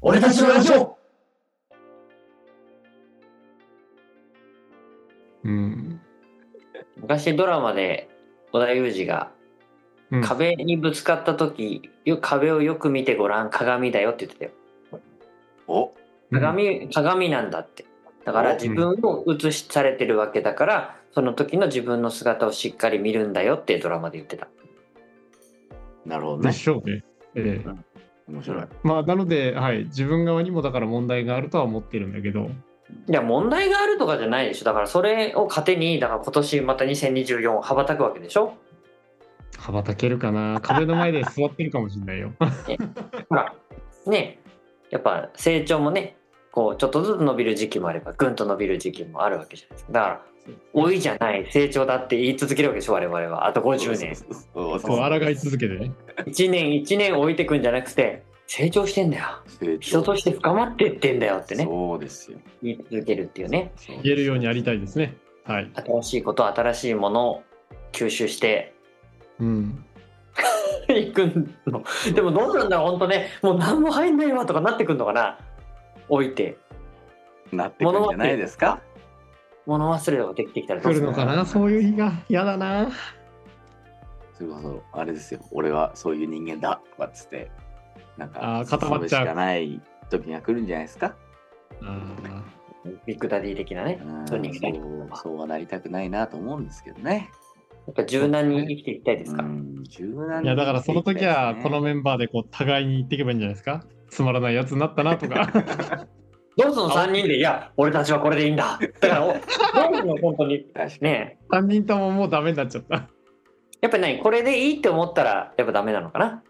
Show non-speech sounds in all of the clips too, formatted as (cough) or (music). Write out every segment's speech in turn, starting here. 俺たちのラジオうん。昔ドラマで織田裕二がうん壁にぶつかった時、よ壁をよく見てごらん鏡だよって言ってたよお鏡,、鏡なんだってだから自分を映しされてるわけだからその時の自分の姿をしっかり見るんだよってドラマで言ってたなるほどでね。しょうね。ええ面白い。まあ、なので、はい、自分側にもだから問題があるとは思ってるんだけど、いや問題があるとかじゃないでしょだからそれを糧にだから今年また2024羽ばたくわけでしょ羽ばたけるかな、壁の前で座ってるかもしれない (laughs) よ。ほらねやっぱ成長もねこうちょっとずつ伸びる時期もあればぐんと伸びる時期もあるわけじゃないですかだから老いじゃない成長だって言い続けるわけでしょ我々はあと50年そこうう抗い続けてね。 1年1年置いてくんじゃなくて成長してんだよ成長人として深まってってんだよってねそうですよ。言い続けるっていうねそう言えるようにありたいですね。はい。新しいこと新しいものを吸収してうん。いくのでもどうなんだろう本当ねもう何も入んないわとかなってくんのかな置いてなってくるんじゃないですか。物忘れとかできてきたらど来うするるのかな、そういう日が。嫌だな。それこそあれですよ。俺はそういう人間だとかっつってなんかあー固まっちゃうそれしかない時が来るんじゃないですか。あビッグダディ的なねうんそう人間だそうそうはなりたくないなと思うんですけどね。やっぱ柔軟に生きていきたいですか、うん柔軟ーにいや、だからその時は、このねメンバーでこう互いに言っていけばいいんじゃないですか。つまらないやつになったなと (laughs) か。どうぞの3人でいや俺たちはこれでいいんだだからお (laughs) どうぞの本当に確かにね3人とももうダメになっちゃった。やっぱり何これでいいって思ったらやっぱダメなのかな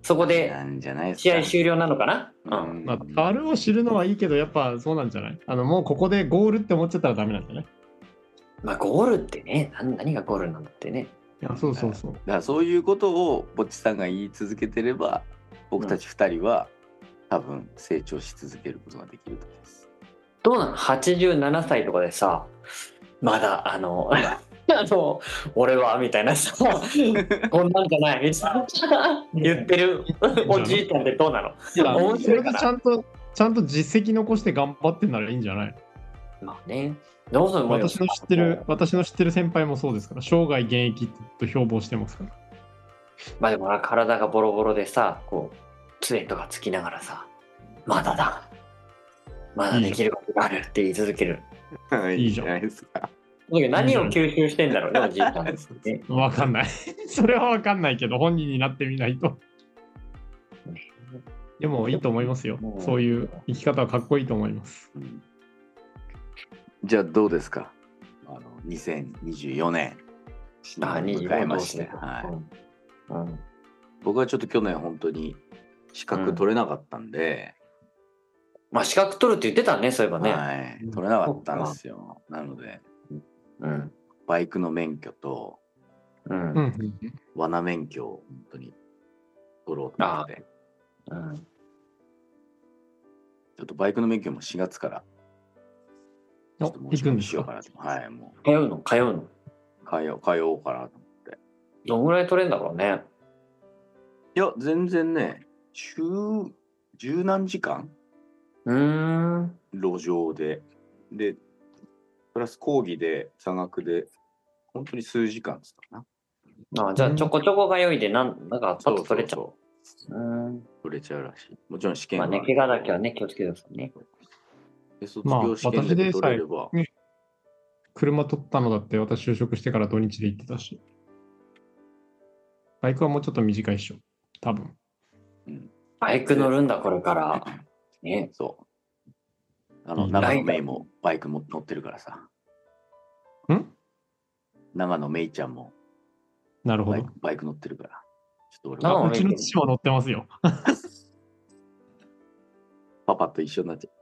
そこでなんじゃないです試か合終了なのかな、うん、まあ、樽を知るのはいいけど、やっぱそうなんじゃないあの、もうここでゴールって思っちゃったらダメなんじゃないまあゴールってね何何がゴールなんだってねいや、そうそうそう。だからそういうことをぼっちさんが言い続けてれば僕たち二人は、多分成長し続けることができると思います。どうなの87歳とかでさまだあの (laughs) あの俺はみたいな (laughs) さこんなんじゃないみたいな言ってるおじいちゃんってどうなのいや面そ白れいかでなちゃんと、ちゃんと実績残して頑張ってんならいいんじゃないまあねどうするもうよ私の知ってる、私の知ってる先輩もそうですから、生涯現役と標榜してますから。まあでもな体がボロボロでさこう杖とかつきながらさまだだまだできることがあるって言い続けるいいじゃんないですか。だけど何を吸収してんだろうねおじいちゃんそうね (laughs) わかんない。 (laughs) それはわかんないけど、本人になってみないと。でもいいと思いますよも。うそういう生き方はかっこいいと思います。うんじゃあどうですかあの ?2024 年あ迎えまして、はい、い、うん僕はちょっと去年本当に資格取れなかったんで、まあ資格取るって言ってたねそういえばね、はい、取れなかったんですよ。なのでうんバイクの免許とうんうん。罠免許を本当に取ろうと思って。うんちょっとバイクの免許も4月から、ちょおっと申行くし込んでみしすようかかなと。はい、も通うの通うのう、変えよう、変えようかなと。どんぐらい取れんだろうねいや、全然ね、十、十何時間うーん路上で、で、プラス講義で、座学で、本当に数時間ですかな。あじゃあちょこちょこが良いでなんなんかパッと取れちゃうそうーんう取れちゃうらしい。もちろん試験まあね怪我だけはね気をつけてくださいねで卒業試験だけ取れれば、車取ったのだって、私就職してから土日で行ってたし。バイクはもうちょっと短いっしょ。多分。バイク乗るんだこれからねそう。あの、いい長野めいもバイクも乗ってるからさ。ん長野めいちゃんもなるほバイどク。バイク乗ってるから。ちょっと俺なはおうちの父も乗ってますよ。パパと一緒になっちゃう。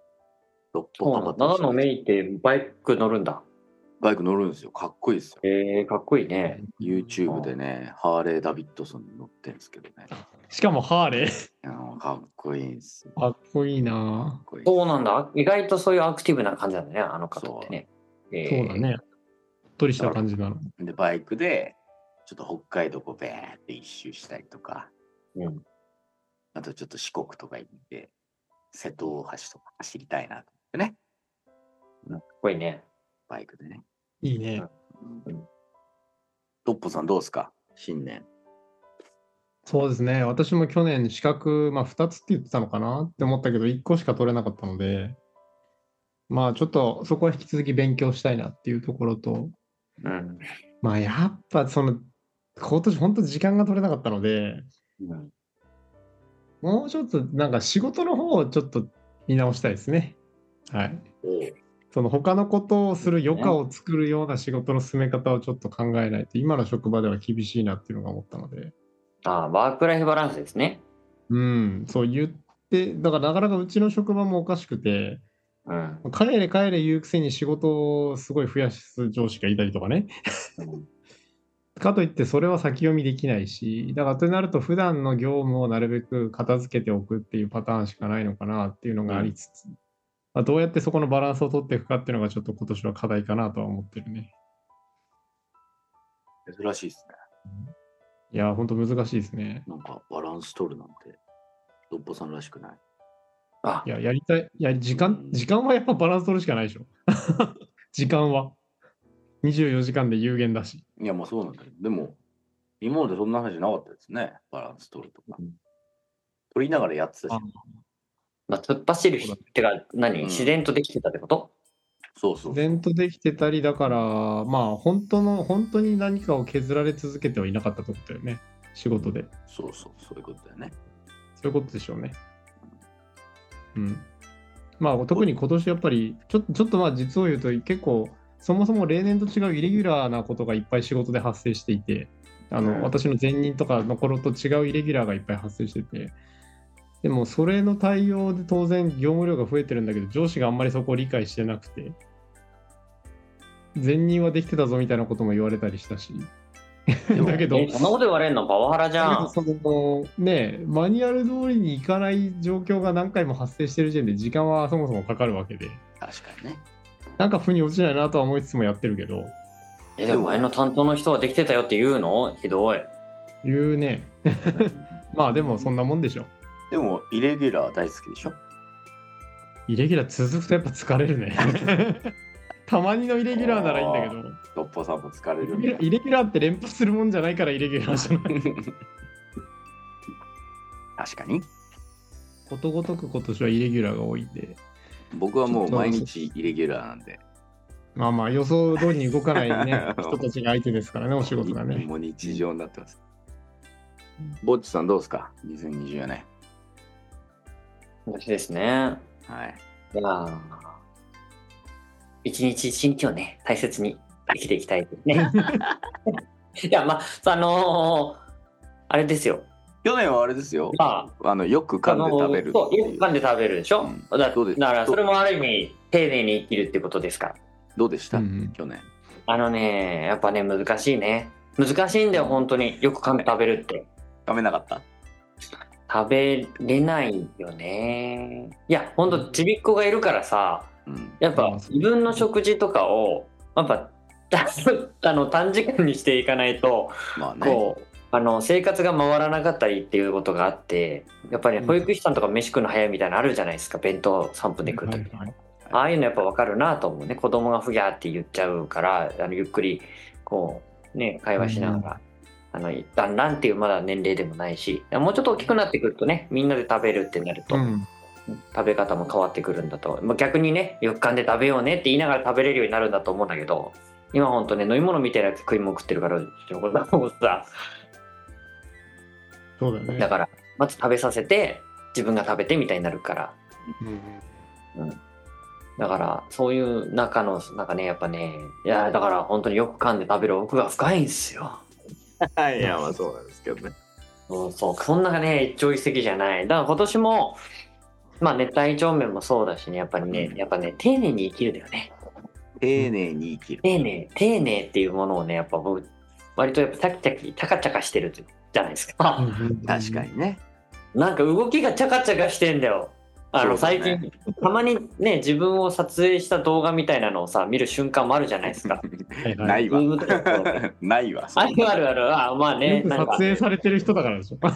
六そう本なパんパだと長野一緒になっちゃメイってバイク乗るんだうバイク乗るんですよ。かっこいいですよ。えー、かっこいいね YouTube でね、ハーレー・ダビッドソンに乗ってるんですけどね。しかもハーレー。あのかっこいいんですよ。かっこいいかなっこいい。そうなんだ意外とそういうアクティブな感じなんだねあの方ってねえぁ。ーそうだね。うっとりした感じなの。で、バイクで、ちょっと北海道こう、べーって一周したりとか、うんあとちょっと四国とか行って、瀬戸大橋とか走りたいなと思ってね、かっこいいね。バイクでね。いいね。トッポさんどうですか新年。そうですね。私も去年資格、まあ2つって言ってたのかなって思ったけど、1個しか取れなかったので、まあちょっとそこは引き続き勉強したいなっていうところと、うん。まあやっぱその、今年本当時間が取れなかったので、うんもうちょっとなんか仕事の方をちょっと見直したいですね。はい。その他のことをする余暇を作るような仕事の進め方をちょっと考えないと、今の職場では厳しいなっていうのが思ったので、あーワークライフバランスですね。うん、そう言って、だからなかなかうちの職場もおかしくて、うん。帰れ帰れ言うくせに仕事をすごい増やす上司がいたりとかね、うんかといってそれは先読みできないし、だからとなると普段の業務をなるべく片付けておくっていうパターンしかないのかなっていうのがありつつ、まあどうやってそこのバランスを取っていくかっていうのがちょっと今年の課題かなとは思ってるね。珍しいですね。いや、本当難しいですね。なんかバランス取るなんて、ドッポさんらしくない。あい、や、やりたい。いや、時間、時間はやっぱバランス取るしかないでしょ。 (laughs) 時間は。24時間で有限だし。いや、まあそうなんだけど、でも、今までそんな話なかったですね。バランス取るとかうん。取りながらやってたしあ、まあ、突っ走る人ってか、何うん自然とできてたってことそうそうイベントできてたり、だから、まあ、本当の、本当に何かを削られ続けてはいなかったってことだよね。仕事で。そうそう、そういうことだよね。そういうことでしょうね。うん。まあ、特に今年やっぱり、ちょっと、ちょっとまあ、実を言うと、結構、そもそも例年と違うイレギュラーなことがいっぱい仕事で発生していて、あの、うん私の前任とかの頃と違うイレギュラーがいっぱい発生してて、でも、それの対応で当然、業務量が増えてるんだけど、上司があんまりそこを理解してなくて、前任はできてたぞみたいなことも言われたりしたし、でも (laughs) だけど、えそんなこと言われるのパワハラじゃだん。けどそのねマニュアル通りにいかない状況が何回も発生してる時点で時間はそもそもかかるわけで確かにね。なんか腑に落ちないなとは思いつつもやってるけどえ、でも前の担当の人はできてたよって言うのひどい。いうね (laughs) まあでもそんなもんでしょでも、イレギュラー大好きでしょイレギュラー続くとやっぱ疲れるね (laughs) たまにのイレギュラーならいいんだけどドッポさんも疲れるイレギュラーイレギュラーって連発するもんじゃないからイレギュラーじゃない確かに。 (laughs) ことごとく今年はイレギュラーが多いんで僕はもう毎日イレギュラーなんで。まあまあ予想通りに動かない (laughs) ね人たちが相手ですからねお仕事がねもう日常になってます。ぼっちさんどうですか ?2024 年。私ですね。はい。いやー一日一日をね、大切に生きていきたいです (laughs) ね。いや、まあ、あのーあれですよ。去年はあれですよ。まあ、あの、よく噛んで食べるってそうよいくう。噛んで食べるでしょ、うんだそうですだからそそうれもある意味丁寧に生きるってことですからどうでした、うんうん去年。あのねやっぱね難しいね難しいんだよ本当によく噛んで食べるって食べなかった食べれないよねいや本当ちびっ子がいるからさうん。やっあぱそう自分の食事とかをやっぱ (laughs) あの短時間にしていかないとまあね。こうあの生活が回らなかったりっていうことがあってやっぱり、ね、保育士さんとか飯食うの早いみたいなのあるじゃないですか弁当3分で食うとき、はいはいああいうのやっぱ分かるなと思うね子供がふぎゃーって言っちゃうからあのゆっくりこうね会話しながら、あのだんだんっていうまだ年齢でもないしもうちょっと大きくなってくるとねみんなで食べるってなると、うん食べ方も変わってくるんだと、まあ、逆にねよく噛んで食べようねって言いながら食べれるようになるんだと思うんだけど今ほんとね飲み物みたいなやつ食いもん食ってるからうちの子供もさそうだよねだからまず食べさせて自分が食べてみたいになるからだからそういう中のなんかねやっぱねいやだから本当によく噛んで食べる奥が深いんですよ (laughs) はい、いや、まあそうなんですけどね。そうそうそんなね一朝一夕じゃないだから今年もまあね体調面もそうだしねやっぱりねやっぱね丁寧に生きるだよね丁寧に生きる。丁寧丁寧っていうものをねやっぱ僕割とやっぱチャキチャキチャカチャカしてるじゃないですか、確確かにね。なんか動きがチャカチャカしてんだよあのそう最だね近、たまにね、自分を撮影した動画みたいなのをさ、見る瞬間もあるじゃないですか。はいはないわズームとかそうだ。 (laughs) ないわ。あるあるある、あまあね、よくな撮んか、影されてる人だからで (laughs) しょ。は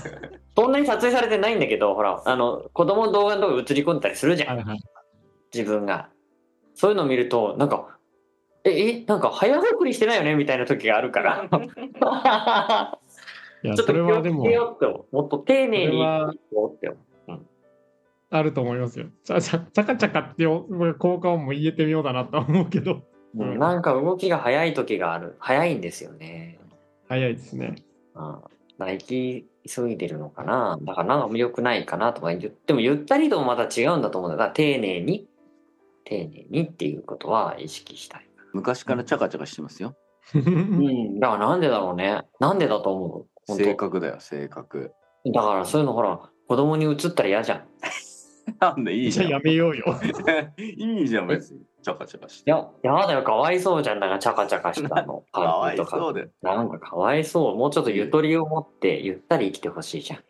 そんなに撮影されてないんだけど、ほら、あの、子供の動画のとこに映り込んでたりするじゃいん、はい。自分が。そういうのを見ると、なんか、え、え、なんか早送りしてないよねみたいな時があるから。いや、ちょっとそれはで気をもつけ、ようって思うもっと丁寧にそれはこうって思うあると思いますよ。ちゃちゃちゃかちゃかってよ効果音も言えてみようだなとは思うけど、うんうんなんか動きが早い時がある。早いんですよね。早いですね。うん。ナイキ急いでるのかなだからなんか良くないかなとか言っても、ゆったりともまた違うんだと思うんだから、丁寧に、丁寧にっていうことは意識したい。昔からチャカチャカしてますよ。うん。だからなんでだろうね。なんでだと思う本当性格だよ、性格。 (laughs) だからそういうのほら、子供に移ったら嫌じゃん。いなんでいい (laughs) じじゃゃあん。やめようよ。 (laughs) いいじゃん、別に。チャカチャカして。や、やだよ、かわいそうじゃん。だからチャカチャカしたの。かわいパンツとそうで。なんかかわいそう。もうちょっとゆとりを持って、ゆったり生きてほしいじゃん。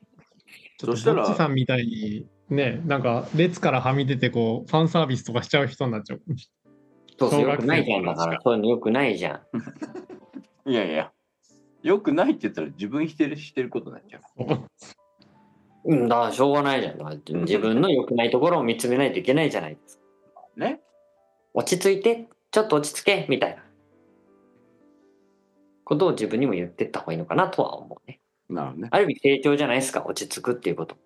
ちょそっしたとらぼっちさんみたいに、ね、なんか列からはみ出てこう、ファンサービスとかしちゃう人になっちゃう。そうそう、小よ学く生ないじゃん。だから、そういうのよくないじゃん。いやいや。よくないって言ったら自分否定してることになっちゃう。うん、だからしょうがないじゃん。だから自分の良くないところを見つめないといけないじゃないですか。ね落ち着いて、ちょっと落ち着け、みたいな。ことを自分にも言ってった方がいいのかなとは思うね。なるほどね。ある意味成長じゃないですか、落ち着くっていうこと。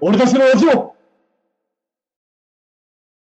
俺たちのラジオ